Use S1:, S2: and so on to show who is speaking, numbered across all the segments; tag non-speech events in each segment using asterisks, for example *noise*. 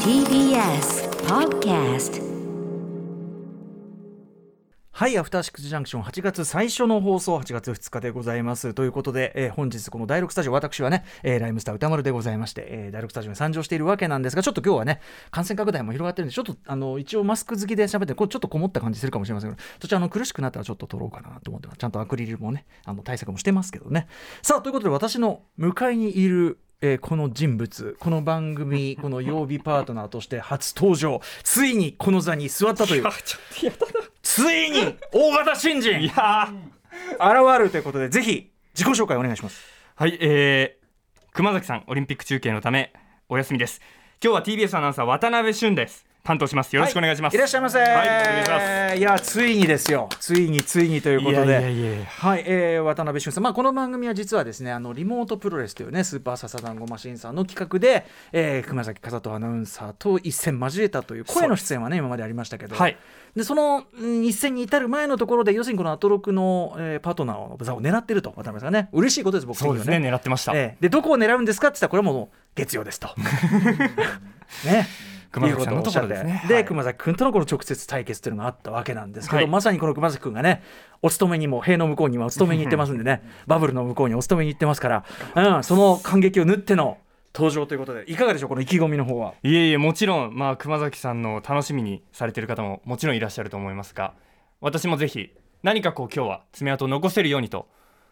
S1: TBS Podcast
S2: はい、アフターシックスジャンクション8月最初の放送、8月2日でございます。ということで、えー本日この第6スタジオ、私はね、えーライムスター歌丸でございまして、えー第6スタジオに参上しているわけなんですが、ちょっと今日はね、感染拡大も広がってるんで、ちょっとあの一応マスク好きで喋って、こうちょっとこもった感じするかもしれませんけど、そちらの苦しくなったらちょっと取ろうかなと思ってます。ちゃんとアクリルもね、あの対策もしてますけどね。さあ、ということで私の向かいにいるえーこの人物この番組この曜日パートナーとして初登場ついにこの座に座ったというついに大型新人現れるということでぜひ自己紹介お願いします
S3: はい、えー、熊崎さん、オリンピック中継のためお休みです。今日は TBS アナウンサー渡辺俊です。担当します。よろしくお願いします。
S2: いらっしゃいませ、
S3: はい、お願いします。
S2: いやついにですよついについにということで
S3: いやいやいやいや
S2: はい、えー渡辺俊さん、まあ、この番組は実はですねあのリモートプロレスというねスーパーササダンゴマシンさんの企画で、えー熊崎風斗アナウンサーと一戦交えたという声の出演はね今までありましたけど、
S3: はい
S2: でその、うん一戦に至る前のところで要するにこのアトロクの、えーパートナーの座を狙ってると渡辺さんね嬉しいことです僕的
S3: そ
S2: に
S3: うで
S2: は
S3: すね、狙ってました。
S2: ええでどこを狙うんですかって言ったらこれはもう月曜です *laughs* と。 *laughs* ね。
S3: 熊崎さんのところですね
S2: いうをおっしゃって
S3: は
S2: で
S3: い
S2: 熊崎君とのこの直接対決というのがあったわけなんですけど、
S3: はい
S2: まさにこの熊崎君がねお勤めにも塀の向こうにはお勤めに行ってますんで *laughs* ねバブルの向こうにお勤めに行ってますから、うん、その感激を縫っての登場ということでいかがでしょうこの意気込みの方は。
S3: いえいえ、もちろん、まあ、熊崎さんの楽しみにされてる方ももちろんいらっしゃると思いますが、私もぜひ、何かこう、今日は爪痕を残せるようにと、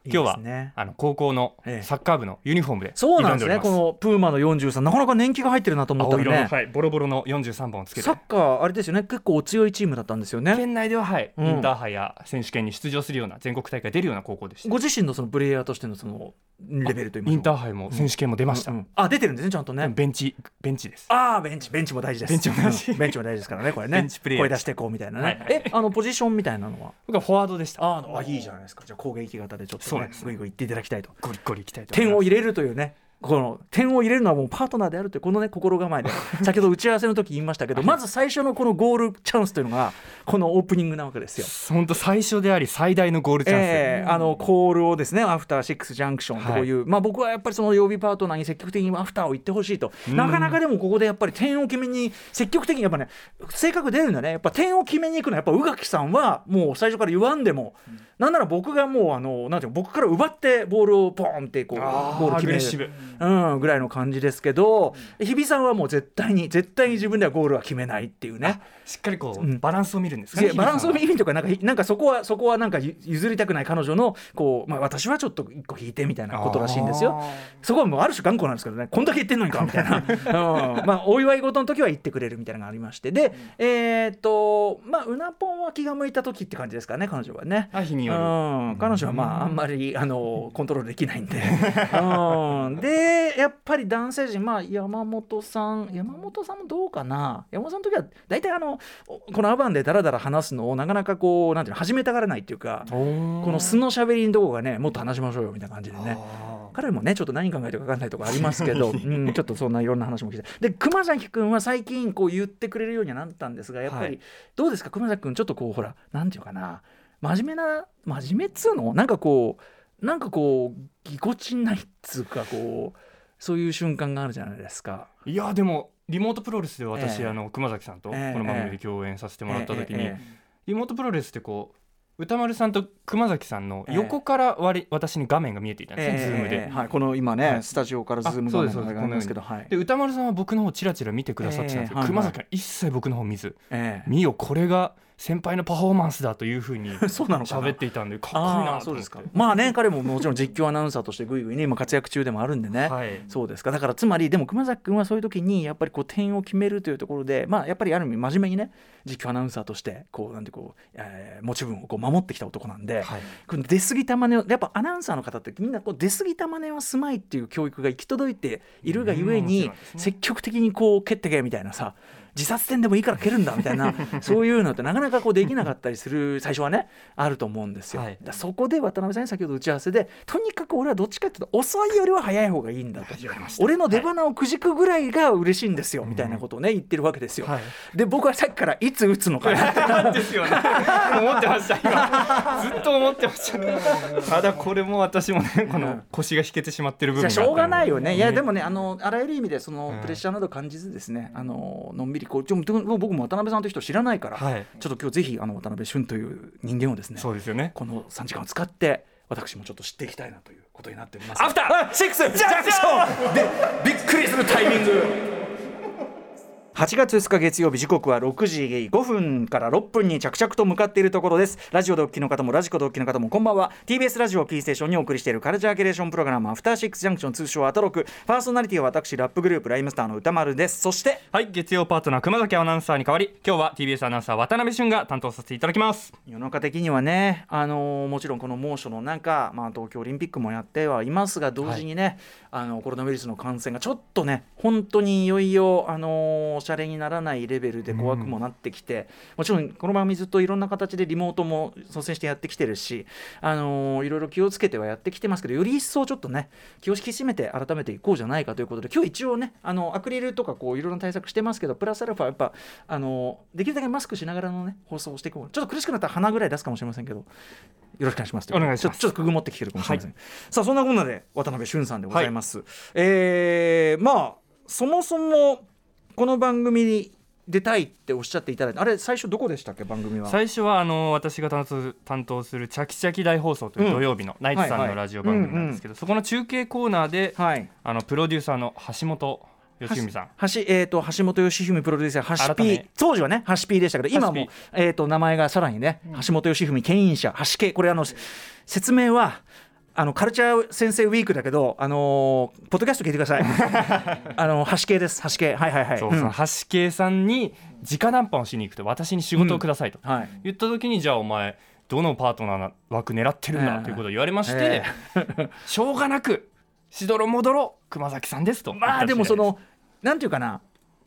S3: 今日はい
S2: いですね
S3: あの高校の
S2: ええ
S3: サッカー部のユニフォームで
S2: そう
S3: 挑
S2: なん
S3: ん
S2: で
S3: ですおり
S2: ね
S3: ます。
S2: このプーマの43なかなか年季が入ってるなと思った
S3: 青
S2: ら
S3: 色の、
S2: ね、
S3: はい、ボロボロの43本をつけて
S2: サッ、カーあれですよね結構お強いチームだったんですよね。
S3: 県内では、はい、
S2: うん
S3: インターハイや選手権に出場するような、全国大会出るような高校でした。
S2: ご自身のそのプレイヤーとしてのそのレベルといいま
S3: イ
S2: す
S3: ンターハイも選手権も出ました、
S2: うんうんあ出てるんですねちゃんとね、
S3: ベンチベンチです
S2: ああベンチベンチも大事です
S3: ベンチも大事
S2: うんベンチも大事ですからねこれね
S3: ベンチプレーヤー
S2: 声出していこうみたいなね、
S3: はいはい
S2: えあのポジションみたいなのは
S3: 僕はフォワードでした
S2: あーあいいじゃないですかじゃあ攻撃型でちょっと
S3: そう
S2: ね
S3: ですね
S2: グイグイいっていただきたいと
S3: ゴリゴリいきたいと思い
S2: 点
S3: ま
S2: を
S3: す
S2: 入れるというねこの点を入れるのはもうパートナーであるというこのね心構え
S3: *laughs*
S2: で先ほど打ち合わせの時言いましたけどまず最初のこのゴールチャンスというのがこのオープニングなわけですよ。
S3: 本当最初であり最大のゴールチャンス、
S2: ええあのコールをですねアフターシックスジャンクションという、まあ、僕はやっぱりその曜日パートナーに積極的にアフターを言ってほしいと、なかなかでもここでやっぱり点を決めに積極的にやっぱね性格出るんだねやっぱ点を決めに行くのはやっぱ宇垣さんはもう最初から言わんでも、なんなら僕がもうあのなんていうの僕から奪ってボールをポーンってこう
S3: あー
S2: ボール決め
S3: アグレッシブ
S2: る、うん、ぐらいの感じですけど日比さんはもう絶対に絶対に自分ではゴールは決めないっていうね。
S3: しっかりこう、
S2: うん
S3: バランスを見るんですか
S2: い
S3: ね
S2: やバランスの
S3: 日
S2: 意味とかなんかなんかそこはそこはなんかゆ譲りたくない彼女のこう、まあ、私はちょっと一個引いてみたいなことらしいんですよ
S3: あー
S2: そこはもうある種頑固なんですけどねこんだけ言ってんのにかみた
S3: *laughs*
S2: いな、うんまあ、お祝い事の時は言ってくれるみたいなのがありましてで、えーっとまあうなぽんは気が向いた時って感じですかね彼女はね。
S3: 々さんあ日による
S2: うん、彼女はまああんまりあのコントロールできないん *laughs* で、うん、でやっぱり男性陣、まあ、山本さん山本さんもどうかな山本さんの時は大体あのおこのアバンでダラダラ話すのをなかなかこうなんていうの始めたがらないっていうか
S3: おー
S2: この素のしゃべりのとこがねもっと話しましょうよみたいな感じでね。
S3: あ
S2: 彼もねちょっと何考えてるか分かんないとこありますけ
S3: *laughs*
S2: ど、うん、ちょっとそんないろんな話も聞いてで熊崎君は最近こう言ってくれるようにはなったんですがやっぱり、
S3: はい
S2: どうですか熊崎君ちょっとこうほらなんていうかな真面目な真面目っつうのなんかこうなんかこうぎこちないっつうかこうそういう瞬間があるじゃないですか。
S3: ーいやでもリモートプロレスで私、
S2: ええ
S3: あの熊崎さんとこ
S2: ええ
S3: の番組で共演させてもらった時に、
S2: えええ
S3: リモートプロレスってこう歌丸さんと熊崎さんの横から割り私に画面が見えていたんですね、ズームで、
S2: ええはい、この今ね、
S3: はい
S2: スタジオからズーム
S3: あそう
S2: 画
S3: です
S2: 面がありますけど、はい
S3: で歌丸さんは僕の方チラチラ見てくださってたんですけど、
S2: ええはい
S3: 熊崎は一切僕の方見ず
S2: え
S3: 「見よこれが先輩のパフォーマンスだ」というふうに
S2: え *laughs* そうなのかな
S3: 喋っていたんでかっこいい
S2: あ
S3: な
S2: あ
S3: と
S2: そう
S3: 思
S2: で
S3: っ
S2: す
S3: て
S2: か。まあね彼ももちろん実況アナウンサーとしてぐいぐいね今活躍中でもあるんでね、
S3: はい
S2: そうですかだからつまりでも熊崎君はそういう時にやっぱりこう点を決めるというところでまあやっぱりある意味真面目にね実況アナウンサーとしてこうなんてこう、えー持ち分をこう守ってきた男なんで、
S3: はい
S2: この出過ぎた真似をやっぱアナウンサーの方ってみんなこう出過ぎた真似はすまいっていう教育が行き届いているがゆえ
S3: うん面白い
S2: に、
S3: ですね
S2: 積極的にこう蹴ってけみたいなさ自殺点でもいいから蹴るんだみたい
S3: *laughs*
S2: なそういうのってなかなかこうできなかったりする最初はねあると思うんですよ。
S3: はい
S2: だそこで渡辺さんに先ほど打ち合わせでとにかく俺はどっちかっていうと遅いよりは早い方がいいんだと
S3: 言われました
S2: 俺の出花をくじくぐらいが嬉しいんですよみたいなことをね言ってるわけですよ。
S3: はい
S2: で僕はさっきからいつ打つのかなって
S3: ですよね思ってました
S2: *laughs*
S3: 今ずっと思ってましたただこれも私もねこの腰が引けてしまってる部
S2: じゃあ
S3: 分
S2: しょうがない
S3: よ
S2: よね、いやでもね、あのあらゆる意味でその
S3: うん
S2: プレッシャーなど感じず、ですね、あののんびりこう、ちょ僕も僕も渡辺さんという人知らないから、
S3: はい
S2: ちょっと今日ぜひあの渡辺俊という人間をですね、
S3: そうですよね
S2: この3時間を使って、私もちょっと知っていきたいなということになっております。
S1: アフターシックスジャンクションでびっくりするタイミング
S2: 8月2日月曜日時刻は6時5分から6分に着々と向かっているところですラジオでお聞きの方もラジコでお聞きの方もこんばんは TBS ラジオをキーステーションにお送りしているカルチャーキュレーションプログラムアフターシックスジャンクション通称アトロクパーソナリティは私ラップグループライムスターの歌丸ですそして
S3: はい月曜パートナー熊崎アナウンサーに代わり今日は TBS アナウンサー渡辺俊が担当させていただきます
S2: 世の中的にはね、あのーもちろんこの猛暑の中、まあ、東京オリンピックもやってはいますが同時にね、あのコロナウイルスの感染がちょっとね本当にいよいよ、あのーおしゃれにならないレベルで怖くもなってきて、もちろんこの番組ずっといろんな形でリモートも率先してやってきてるし、あのーいろいろ気をつけてはやってきてますけどより一層ちょっとね気を引き締めて改めていこうじゃないかということで今日一応ねあのアクリルとかこういろいろな対策してますけどプラスアルファやっぱあのできるだけマスクしながらのね放送をしていこうちょっと苦しくなったら鼻ぐらい出すかもしれませんけどよろしくお願いします
S3: お願いします
S2: ちょちょっとくぐもってきてるかもしれません、さあそんなこんなで渡辺俊さんでございます、えーまあそもそもこの番組に出たいっておっしゃっていただいてあれ最初どこでしたっけ番組は
S3: 最初はあの私が担当担当する「チャキチャキ大放送」という土曜日のナイツさんのラジオ番組なんですけどそこの中継コーナーで
S2: はい
S3: あのプロデューサーの橋本良文さん
S2: 橋えー、と橋本良文プロデューサー、橋
S3: 改
S2: P
S3: め、
S2: 当時はね、橋 P でしたけど、今はもう
S3: 橋 P、
S2: えー、と名前がさらにね、橋本良文牽引者、橋系、これあの、説明は、あのカルチャー先生ウィークだけど、あのーポッドキャスト聞いてくだ
S3: *laughs*
S2: さい、あの橋系です、橋系、はいはいはい。
S3: そう
S2: うん
S3: その橋圭さんに直談判をしに行くと私に仕事をくださいと
S2: はい
S3: 言った時にじゃあお前どのパートナーの枠狙ってるん
S2: ええ
S3: だということを言われまし
S2: え
S3: てしょうがなくしどろもどろ熊崎さんですと
S2: まあでもそ
S3: 言っ
S2: のなんていうかな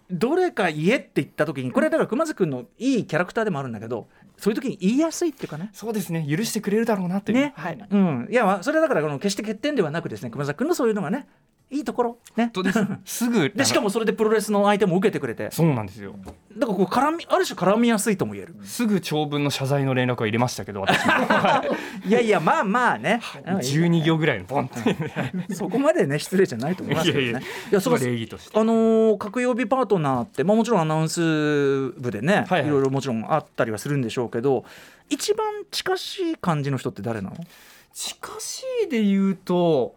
S2: どれか言えって言った時にこれだから熊津君のいいキャラクターでもあるんだけどそういう時に言いやすいっていうかね
S3: たそうですね許してくれるだろうなという
S2: ね、うん、いやそれだからこの決して欠点ではなくですね熊崎君のそういうのがねいいところね
S3: 本当 *laughs* ですすぐ
S2: でしか
S3: も
S2: もそれでプロレスの相手も受けてくれて
S3: そうなんですよ
S2: だからこう絡みある種絡みやすいとも言える
S3: すぐ長文の謝罪の連絡は入れましたけど *laughs* 私も
S2: いやいやまあまあね、うん
S3: 12行ぐらいのポンって
S2: そこまでね失礼じゃないと思いますけどね
S3: いやいや
S2: いやその
S3: まあ礼儀として
S2: あのー、各曜日パートナーって、まあ、もちろんアナウンス部でね、
S3: はいいはい
S2: ろいろもちろんあったりはするんでしょうけど一番近しい感じの人って誰なの
S3: 近しいで言うと、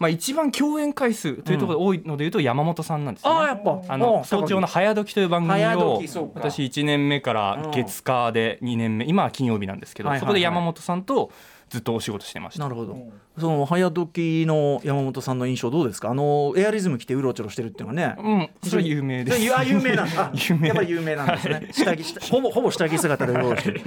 S3: まあ、一番共演回数というところで多いので言うと山本さんなんですね。
S2: ああやっぱ
S3: あ
S2: うん
S3: の早朝の「早時」という番組
S2: 早
S3: を
S2: 時そうか
S3: 私1年目から月火で2年目今は金曜日なんですけ
S2: はいは
S3: ど
S2: い
S3: そ
S2: はい
S3: こで山本さんとずっとお仕事してました
S2: なるほど、その早時の山本さんの印象どうですかあのエアリズム着てうろちょろしてるっていうのはね、
S3: うんそれは有名 *laughs* です
S2: あ *laughs* 有名なんだ
S3: 有名
S2: やっぱり有名なんですね、下着下ほぼほぼ下着姿でうろうろしてる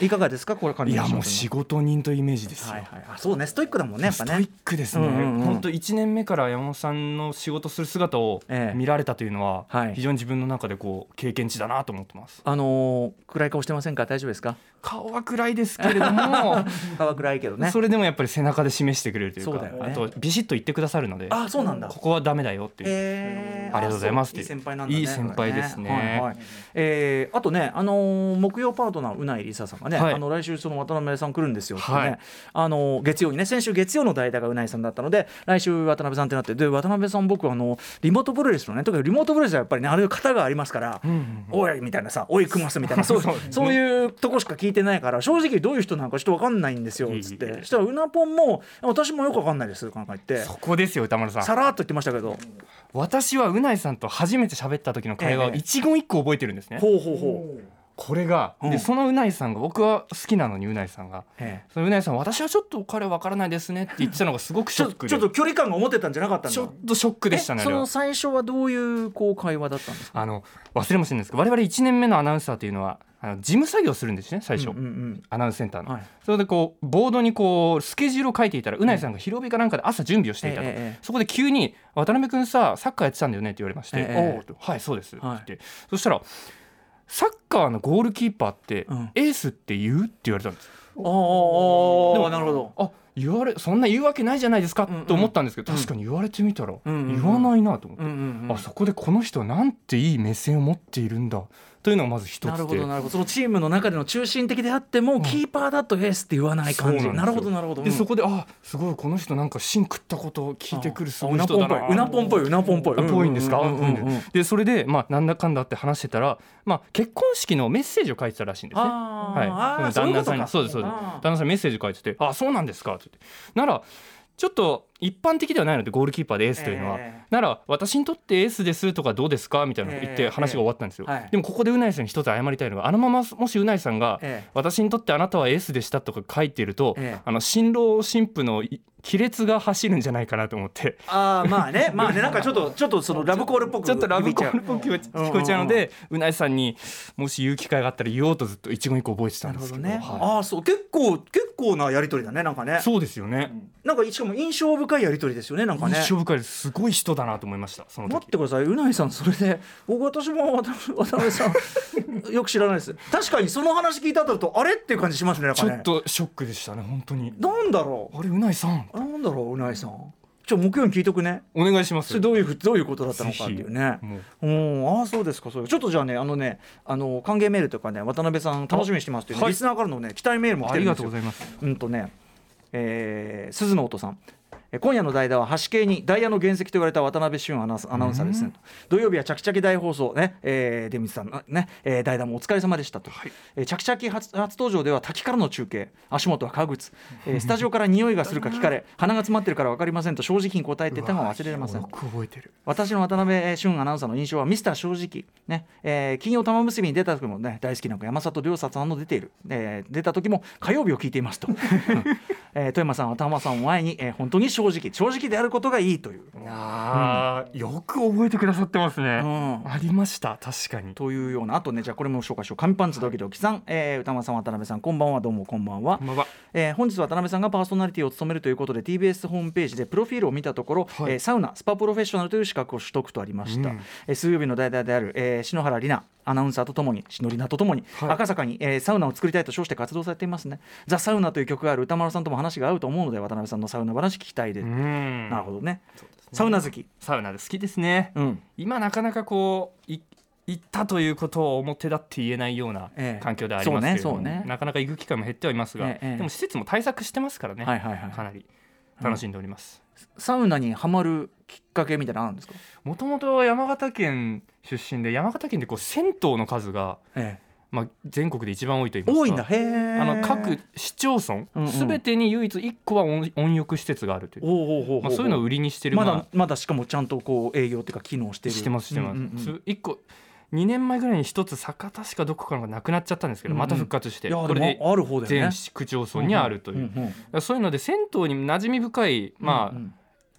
S2: いかがですかこれ感じ
S3: *laughs* いやもう仕事人というイメージですよ
S2: はいはいあそうねストイックだもんねやっぱ
S3: ス
S2: ね
S3: トイックですね
S2: うんうんうん
S3: 本当1年目から山本さんの仕事する姿を
S2: ええ
S3: 見られたというのは
S2: はい
S3: 非常に自分の中でこう経験値だなと思ってます
S2: あのー暗い顔してませんか大丈夫ですか
S3: 顔は暗いですけれども
S2: 顔は暗いけど *laughs* ね
S3: *laughs* それでもやっぱり背中で示してくれるという
S2: そう
S3: か
S2: だよね
S3: あとビシッと言ってくださるので
S2: あそうなんだ
S3: ここはダメだよっていう
S2: えー
S3: ありがとうございます
S2: あそういい先輩なんだね
S3: いい先輩ですね
S2: はいはいえーあとね、あのー木曜パートナーうないりささんがね、
S3: はい
S2: あの来週その渡辺さん来るんですよってね、
S3: はい
S2: あのー月曜にね先週月曜の代打がうないさんだったので来週渡辺さんってなってで渡辺さん僕あのリモートプロレスのね特にリモートプロレスはやっぱりねあれ型がありますから、おいみたいなさおいくますみたいなそう
S3: *laughs* そうですね
S2: そういうとこしか聞いてないから正直どういう人なのかちょっと分かんないんですよつっ
S3: いえいえい
S2: て
S3: え
S2: そしたらうなぽんも私もよく分かんないですなんか言って
S3: そこですよ歌丸さん
S2: さらっと言ってましたけど。
S3: 私はうないさんと初めて喋った時の会話を
S2: ええ
S3: 一言一句覚えてるんですね、
S2: ほうほうほう。
S3: これが、
S2: うん
S3: でそのうないさんが僕は好きなのにうないさんが
S2: ええ
S3: そのうないさん私はちょっと彼わからないですねって言ってたのがすごくシ
S2: ち
S3: ョ
S2: ょ
S3: ック
S2: ち
S3: で
S2: ょっと距離感が思ってたんじゃなかったんだ
S3: ちょっとショックでしたね
S2: え
S3: あ
S2: そ
S3: れは
S2: の最初はどういうこう会話だったんですか
S3: あの忘れもしないんですけど我々1年目のアナウンサーというのはあの事務作業するんですね最初、
S2: うんうん
S3: アナウンスセンター
S2: うん
S3: の、
S2: はい
S3: それでこうボードにこうスケジュールを書いていたらうないさんが広帯かなんかで朝準備をしていたと、
S2: ええええ
S3: そこで急に「渡辺君さサッカーやってたんだよね」って言われまして
S2: え
S3: 「
S2: えええ
S3: おお」と「はいそうです」って
S2: は
S3: 言
S2: い
S3: って、そしたら「サッカーのゴールキーパーって
S2: うん
S3: エースって言う?」って言われたんです。
S2: ああああなるほど
S3: あ言われそんな言うわけないじゃないですか、
S2: うんうん
S3: と思ったんですけど確かに言われてみたら、
S2: んうんうん
S3: 言わないなと思って、
S2: うんうんうん
S3: あそこでこの人なんていい目線を持っているんだというのがまず一つで
S2: なるほどなるほどそのチームの中での中心的であっても、キーパーだとエースって言わない感じ
S3: そう
S2: なん
S3: ですよ
S2: るほどなるほど
S3: でそ
S2: こ
S3: こであすごいこの人なんか芯食ったことを聞いてくるすご
S2: う
S3: い
S2: な
S3: 人
S2: ぽん
S3: だ
S2: っぽい
S3: な
S2: うなぽんっぽいうなぽんっぽい
S3: あぽいんですか、
S2: うんうんうんうん
S3: ぽいんででそれで、まあ、なんだかんだって話してたら、まあ、結婚式のメッセージを書いてたらしいんですね。
S2: あーあー
S3: その旦那さんに
S2: そ
S3: そうう
S2: い
S3: で
S2: うこ
S3: す
S2: と
S3: そう
S2: か
S3: です
S2: あー
S3: 旦那さんメッセージ書いてて「あそうなんですか」って言ってならちょっと一般的ではないのでゴールキーパーでエースというのは、
S2: え
S3: なら私にとってエースですとかどうですかみたいなこと言っ
S2: ええ
S3: て話が終わったんですよ、
S2: はい
S3: でもここでうないさんに一つ謝りたいのがあのままもしうないさんが、
S2: ええ
S3: 私にとってあなたはエースでしたとか書いてると、
S2: ええ
S3: あの新郎新婦のい亀裂が走るんじゃないかなと思って
S2: あーまあ
S3: *laughs*
S2: ねまあねなんかちょっとちょっとそのラブコールっぽく
S3: ちょっとラブコール
S2: 響い
S3: っ
S2: ち
S3: ぽく聞こえちゃうのでうなえさんにもし言う機会があったら言おうとずっと一言一句覚えて
S2: ゃう
S3: た
S2: なんるほ
S3: です
S2: ど
S3: けど
S2: ね、
S3: は
S2: ああそう結構結構なやり取りだねなんかね
S3: い、そうですよね
S2: なんかしかも印象深いやり取りですよねなんかね
S3: 印象深いですすごい人だなと思いましたその
S2: 待っ
S3: 時
S2: てくださいうないさんそれで僕私も渡辺渡辺さ
S3: *laughs*
S2: んよく知らないです確かにその話聞いた後だとあれっていう感じしますねなん
S3: ち
S2: か
S3: ょ
S2: ね
S3: っとショックでしたね本当に
S2: なんだろう
S3: あれうなえさん
S2: あれなんだろううないさんちょ木曜に聞いとくね
S3: お願いします
S2: それどういうふどういうことだったのかっていうね
S3: もう
S2: うんああそうですかそうちょっとじゃあねあのねあの歓迎メールというかね渡辺さん楽しみにしてますというね、
S3: はい
S2: リスナーからのね期待メールも来
S3: あ
S2: てるん
S3: りが
S2: です
S3: と
S2: よ
S3: うございます
S2: うんとね、えー、鈴の音さん。えー今夜の代打は橋系にダイヤの原石と言われた渡辺俊アナウンスアナウンサーですね土曜日はチャキチャキ大放送ね、えー、出水さんあね、えー、代打もお疲れ様でしたと、えーチャキチャキ初初登場では滝からの中継足元は革靴、えースタジオから匂いがするか聞かれ鼻が詰まってるから分かりませんと正直に答えてたのは忘れられません
S3: よく覚えてる
S2: 私の渡辺俊アナウンサーの印象はミスター正直、ねえー金曜玉結びに出た時も、ね、大好きな山里亮太さんの出ている、えー出た時も火曜日を聞いていますと、うん *laughs* えー富山さんは玉さんを前に、えー本当に正直正直であることがいいという、
S3: あーよく覚えてくださってますね
S2: うん
S3: ありました確かに
S2: というようなあとねじゃあこれも紹介しよう紙パンツドキドキさん、えー歌間さん渡辺さんこんばんはどうもこんばんは
S3: こんばんは
S2: えー本日渡辺さんがパーソナリティを務めるということで TBS ホームページでプロフィールを見たところ、
S3: はい
S2: えーサウナスパプロフェッショナルという資格を取得とありました、
S3: うん
S2: えー水曜日の代打である、えー篠原里奈アナウンサーとともに篠里奈とともに、
S3: はい
S2: 赤坂に、えーサウナを作りたいと称して活動されていますね「ザ・サウナ」という曲がある歌丸さんとも話が合うと思うので渡辺さんのサウナ話聞きたいで、
S3: うん
S2: なるほどねサウナ好き、
S3: サウナで好きですね、
S2: うん
S3: 今なかなかこうい行ったということを表だって言えないような
S2: ええ
S3: 環境ではありますけれども、
S2: そうねそうね
S3: なかなか行く機会も減ってはいますが、
S2: ええええ
S3: でも施設も対策してますからね、
S2: はいはいはい
S3: かなり楽しんでおります
S2: サウナにはまるきっかけみたいなのあるんですか、
S3: もともと山形県出身で山形県でこう銭湯の数が、まあ、全国で一番多いと言いますか
S2: 多いんだへえ
S3: あの各市町村
S2: うんうん
S3: すべてに唯一1個は温温浴施設があるという、
S2: おうおうおうおう
S3: まあ、そういうのを売りにしてる、
S2: ま
S3: まあ
S2: だまだしかもちゃんとこう営業っていうか機能してる
S3: してますしてま
S2: う
S3: す、
S2: んうんうん
S3: つ一個2年前ぐらいに一つ酒田市かどこかがなくなっちゃったんですけ
S2: う
S3: ど、
S2: んうん
S3: また復活して
S2: いや
S3: これ
S2: で
S3: で
S2: もある方だよね
S3: 全市区町村にあるという、
S2: んんん
S3: だからそういうので銭湯に馴染み深い、まあ
S2: うんうん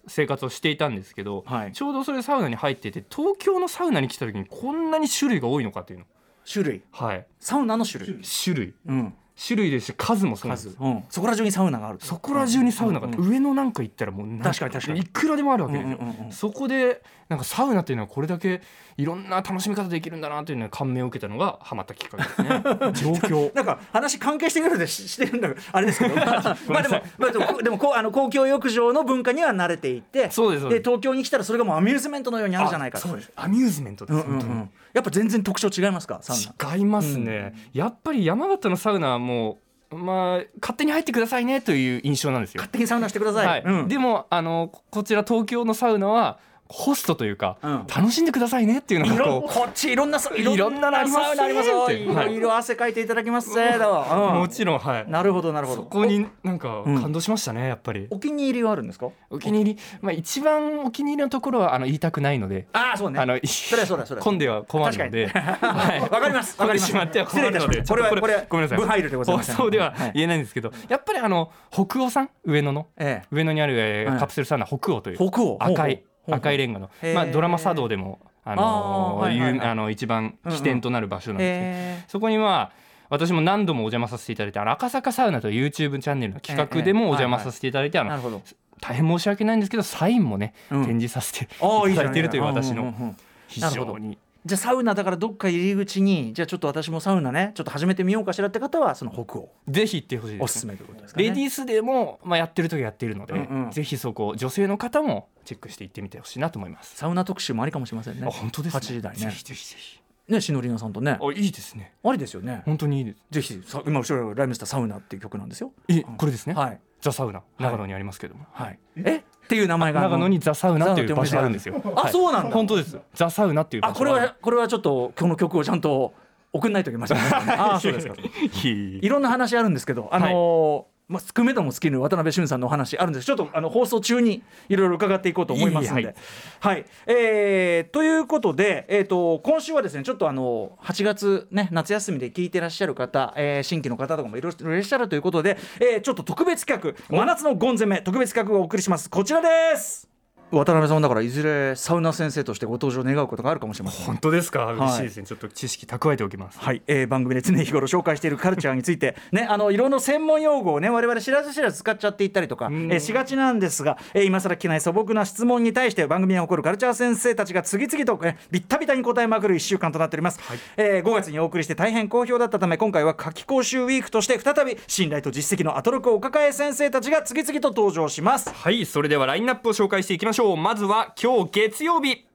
S3: 生活をしていたんですけど、
S2: はい
S3: ちょうどそれサウナに入ってて東京のサウナに来た時にこんなに種類が多いのかというの
S2: 種類
S3: はい
S2: サウナの種類
S3: 種類
S2: うん
S3: 種類ですし数もそうなんです
S2: 数、うん、そこら中にサウナがある
S3: そこら中にサウナがあって、
S2: うん
S3: 上のなんか行ったらもうなん
S2: 確かに確かに
S3: いくらでもあるわけですよ、
S2: うんうんうんうん
S3: そこでなんかサウナっていうのはこれだけいろんな楽しみ方できるんだなというのは感銘を受けたのがハマったきっか
S2: *laughs*
S3: けですね状況
S2: なんか話関係してくるのでし *laughs* してるんだけどあれです
S3: *laughs*
S2: けどまあまあでも,、まあ、でもこうでもこうあの公共浴場の文化には慣れていて
S3: そうですそうです
S2: 東京に来たらそれがもうアミューズメントのようにあるじゃないかと
S3: そうですアミューズメントで
S2: うん
S3: す、
S2: うんう
S3: 本当に
S2: ん、やっぱ全然特徴違いますかサウナ
S3: 違いますね、やっぱり山形のサウナはもう、まあ、勝手に入ってくださいねという印象なんですよ
S2: 勝。手にサウナしてください、
S3: はい
S2: うん
S3: でもあのここちら東京のサウナはホストというか、
S2: うん
S3: 楽しんでくださいねっていうのがこう
S2: こっちいろんなさいろ
S3: いろんなのありますね
S2: サウナありますよ
S3: って
S2: いろいろ汗かいていただきますぜ
S3: も
S2: と、
S3: ちろんはい
S2: うん、なるほどなるほど
S3: そこになんか
S2: うん
S3: 感動しましたね、やっぱり
S2: おお気に入りはあるんですか
S3: お気に入り、まあ、一番お気に入りのところはあの言いたくないので、
S2: ああそうね
S3: あの
S2: それはそうだそれは
S3: 混んでは困るので、はい
S2: わかりますわかります
S3: 混んでしまっては困るので、
S2: 失礼いたしました
S3: ちょっと
S2: これは
S3: ごめんなさい、
S2: これは無配慮でございます
S3: 放送では
S2: はい
S3: 言えないんですけど、やっぱりあの北欧さん上野の
S2: ええ
S3: 上野にある、えー
S2: はい
S3: カプセルサウナ北欧という
S2: 北欧
S3: 赤い
S2: ほうほう
S3: 赤いレンガの
S2: へ、ー
S3: まあ、ドラマ茶道でも、あ
S2: あー
S3: の
S2: はいはいはい
S3: 有名あの一番起点となる場所なんですけど、
S2: え
S3: そこには私も何度もお邪魔させていただいてあの赤坂サウナという YouTube チャンネルの企画でもお邪魔させていただいて、
S2: えな
S3: あ
S2: るほ
S3: の
S2: ど
S3: 大変申し訳ないんですけどサインもね、
S2: うん
S3: 展示させてい
S2: ああいい
S3: た
S2: じゃ
S3: だい
S2: な
S3: ているという私
S2: うんう
S3: の
S2: んうんうん
S3: 非
S2: なるほ
S3: 常
S2: ど
S3: に
S2: じゃあサウナだからどっか入り口にじゃあちょっと私もサウナねちょっと始めてみようかしらって方はその北欧
S3: ぜひ行ってほしいですね
S2: おすすめということですかね
S3: レディースでも、まあ、やってる時はやっているので、
S2: うんうん
S3: ぜひそこ女性の方もチェックして行ってみてほしいなと思います。
S2: サウナ特集もありかもしれませんね
S3: あ本当ですね。
S2: 8時台
S3: ぜ
S2: ね
S3: ひぜひぜひ。
S2: ねシノリナさんとね
S3: あいいですね。
S2: ありですよね
S3: 本当にいいです。
S2: ぜひさ今後ろにライムしたサウナっていう曲なんですよ
S3: えこれですね。
S2: はい
S3: ザサウナ長野にありますけども。
S2: はいえっていう名前があの
S3: 長野にザサウナっていう場所があるんですよ。
S2: あ
S3: はい
S2: そうなんだ
S3: 本当です。ザサウナっていう場
S2: あ
S3: 所。
S2: これはこれはちょっとこの曲をちゃんと送んないといけま *laughs* せんねああそうですか
S3: *laughs* いい
S2: いろんな話あるんですけど、あのーまあ、少めとも尽きぬ渡辺俊さんのお話あるんですちょっとあの放送中にいろいろ伺っていこうと思いますので。
S3: いいは
S2: はい
S3: い、
S2: えーということで、えー、と今週はですねちょっとあの8月、ね、夏休みで聞いてらっしゃる方、えー新規の方とかもいろいろいらっしゃるということで、えーちょっと特別企画「真夏のゴン攻め」特別企画をお送りしますこちらです渡辺さんだからいずれサウナ先生としてご登場願うことがあるかもしれません
S3: 本当ですか。嬉しい
S2: い
S3: ですね。ちょっと知識蓄えておきます。
S2: はい、えー番組で常日頃紹介しているカルチャーについて、 *laughs* ね、あのいろんな専門用語をね我々知らず知らず使っちゃっていったりとか、えーしがちなんですが、えー今更聞けない素朴な質問に対して番組に起こるカルチャー先生たちが次々と、えービッタビタに答えまくる1週間となっております、えー5月にお送りして大変好評だったため今回は夏季講習ウィークとして再び信頼と実績のアトロクをお抱え先生たちが次々と登場します
S3: はい、それではラインナップを紹介していきましょう。まずは今日月曜日。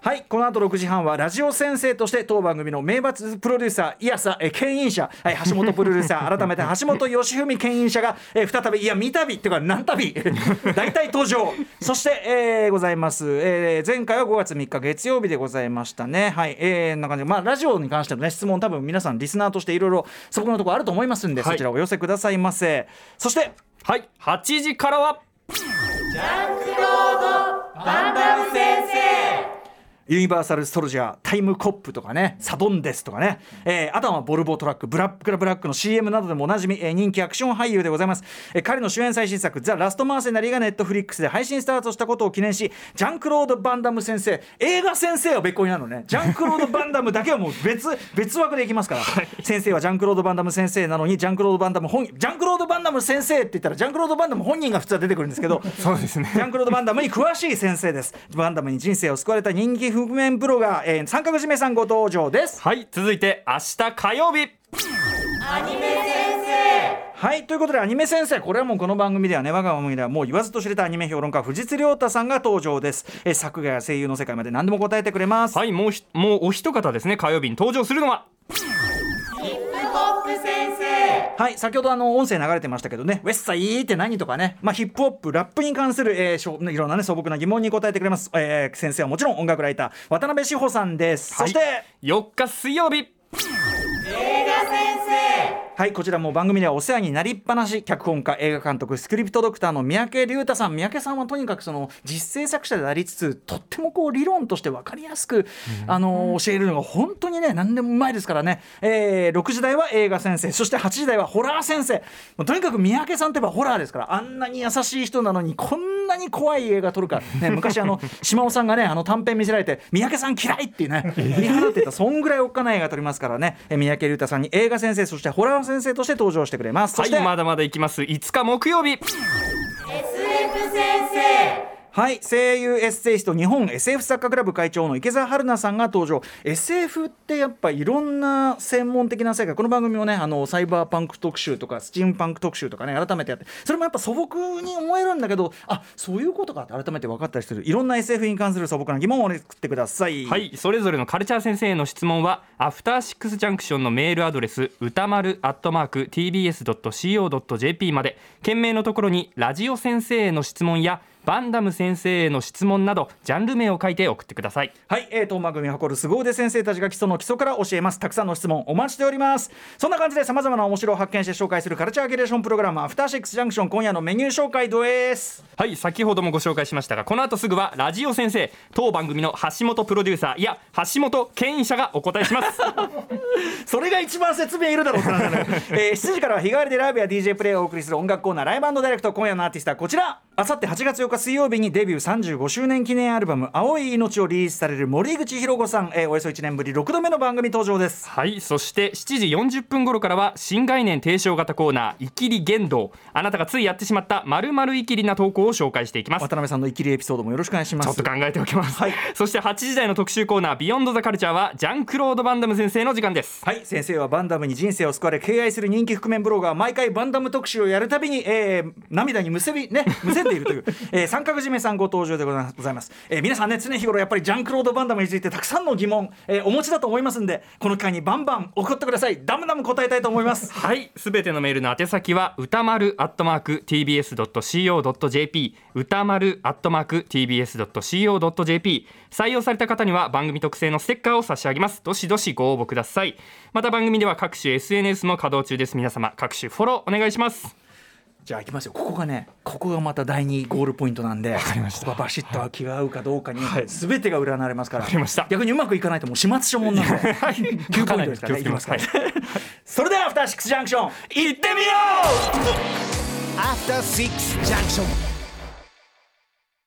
S2: はいこの後6時半はラジオ先生として当番組の名抜プロデューサーいやさえ牽引者、はい、橋本プロデューサ
S3: *laughs*
S2: ー改めて橋本義文牽引者がえー再びいや三度っていうか何度
S3: *laughs*
S2: 大体登場そして、えーございます、えー前回は5月3日月曜日でございましたねはいえー、こんな感じでまあラジオに関してのね質問多分皆さんリスナーとしていろいろそこのところあると思いますんで、
S3: はい
S2: そちらお寄せくださいませそして
S3: はい、8時からは。
S2: ユニバーサル・ストロジャー、タイム・コップとかね、サボンデスとかね、えーあとはボルボートラック、ブラック・ラ・ブラックの CM などでもおなじみ、えー人気アクション俳優でございます、えー彼の主演最新作、ザ・ラスト・マーセナリーがネットフリックスで配信スタートしたことを記念し、ジャンクロード・バンダム先生、映画先生は別個になるのね、ジャンクロード・バンダムだけはもう別 *laughs* 別枠でいきますから、先生はジャンクロード・バンダム先生なのに、ジャンクロード・バンダム本、ジャンクロード・バンダム先生って言ったら、ジャンクロード・バンダム本人が普通は出てくるんですけど、
S3: そうですね
S2: ジャンクロード・バンダムに詳しい先生です。バンダムに人生を救われた人気覆面ブロガー、えー、三角締めさんご登場です。
S3: はい、続いて明日火曜日。
S2: はい、ということでアニメ先生、これはもうこの番組ではね、我が番組ではもう言わずと知れたアニメ評論家、藤津亮太さんが登場です。えー作画や声優の世界まで何でも答えてくれます。
S3: はい、もうひ、もうお一方ですね。火曜日に登場するのは。
S2: はい、先ほどあの音声流れてましたけどね、ウェッサイーって何とかね、まあ、ヒップホップ、ラップに関する、えーしょういろんなね、素朴な疑問に答えてくれます。えー先生はもちろん音楽ライター、渡辺志保さんです。そして、
S3: はい4日水曜日。
S2: はいこちらも番組ではお世話になりっぱなし脚本家映画監督スクリプトドクターの三宅龍太さん三宅さんはとにかくその実践作者でありつつとってもこう理論として分かりやすく、あの教えるのが本当にね何でもうまいですからね、えー6時台は映画先生そして8時台はホラー先生もうとにかく三宅さんといえばホラーですからあんなに優しい人なのにこんなに怖い映画撮るから、ね、昔あの *laughs* 島尾さんがねあの短編見せられて三宅さん嫌いっていうね言い放ってたそんぐらいおっかない映画撮りますからねえ三宅龍太さんに映画先生そしてホラー先生として登場してくれますそ
S3: は
S2: して、
S3: い、まだまだ行きます。5日木曜日。
S2: はい、声優エッセイスト日本 SF 作家クラブ会長の池澤春菜さんが登場 SF ってやっぱいろんな専門的な世界この番組もねあのサイバーパンク特集とかスチームパンク特集とかね改めてやってそれもやっぱ素朴に思えるんだけどあそういうことかって改めて分かったりするいろんな SF に関する素朴な疑問を送ってください。
S3: はい、それぞれのカルチャー先生への質問は、アフターシックスジャンクションのメールアドレス、歌丸アットマーク tbs.co.jp まで、件名のところに、ラジオ先生への質問や、バンダム先生への質問などジャンル名を書いて送ってください
S2: はい、えー、当番組が誇る凄腕先生たちが基礎の基礎から教えますたくさんの質問お待ちしておりますそんな感じでさまざまな面白を発見して紹介するカルチャーゲレーションプログラム「アフターシックスジャンクション」今夜のメニュー紹介です
S3: はい先ほどもご紹介しましたがこの後すぐはラジオ先生当番組の橋本プロデューサーいや橋本権威者がお答えします
S2: それが一番説明いるだろうって話なのよ
S3: *laughs*
S2: えー7時からは日替わりでライブや DJ プレイをお送りする音楽コーナーライブダイレクト今夜のアーティストはこちらあさって8月8日水曜日にデビュー35周年記念アルバム「青い命」をリリースされる森口博子さん、えーおよそ1年ぶり6度目の番組登場です
S3: はいそして7時40分頃からは新概念提唱型コーナー「イキリ言動」あなたがついやってしまったまるイキリな投稿を紹介していきます
S2: 渡辺さんのイキリエピソードもよろしくお願いします
S3: ちょっと考えておきます、
S2: はい
S3: そして8時台の特集コーナー「ビヨンドザカルチャーはジャンクロード・バンダム先生の時間です
S2: はい先生はバンダムに人生を救われ敬愛する人気覆面ブロガー毎回バンダム特集をやるたびに、えー涙にむせびねむせんでいるという、えー三角締めさんご登場でござございます、えー皆さんね常日頃やっぱりジャンクロード・バンダムについてたくさんの疑問、えーお持ちだと思いますんでこの機会にバンバン送ってくださいダムダム答えたいと思います
S3: はいすべてのメールの宛先は歌丸 @tbs.co.jp 歌丸 @tbs.co.jp 採用された方には番組特製のステッカーを差し上げますどしどしご応募くださいまた番組では各種 SNS も稼働中です皆様各種フォローお願いします
S2: じゃあ行きますよここがねここがまた第2ゴールポイントなんでここがバシッと気が合うかどうかに、全てが占われますから
S3: かりました
S2: 逆にうまくいかないともう始末書もんなんで
S3: はい
S2: 9ポイントですからねい
S3: 書かないと気をつけ
S2: き
S3: ま
S2: ますすからそれではアフターシックスジャンクション
S3: 行ってみよう
S4: After Six Junction.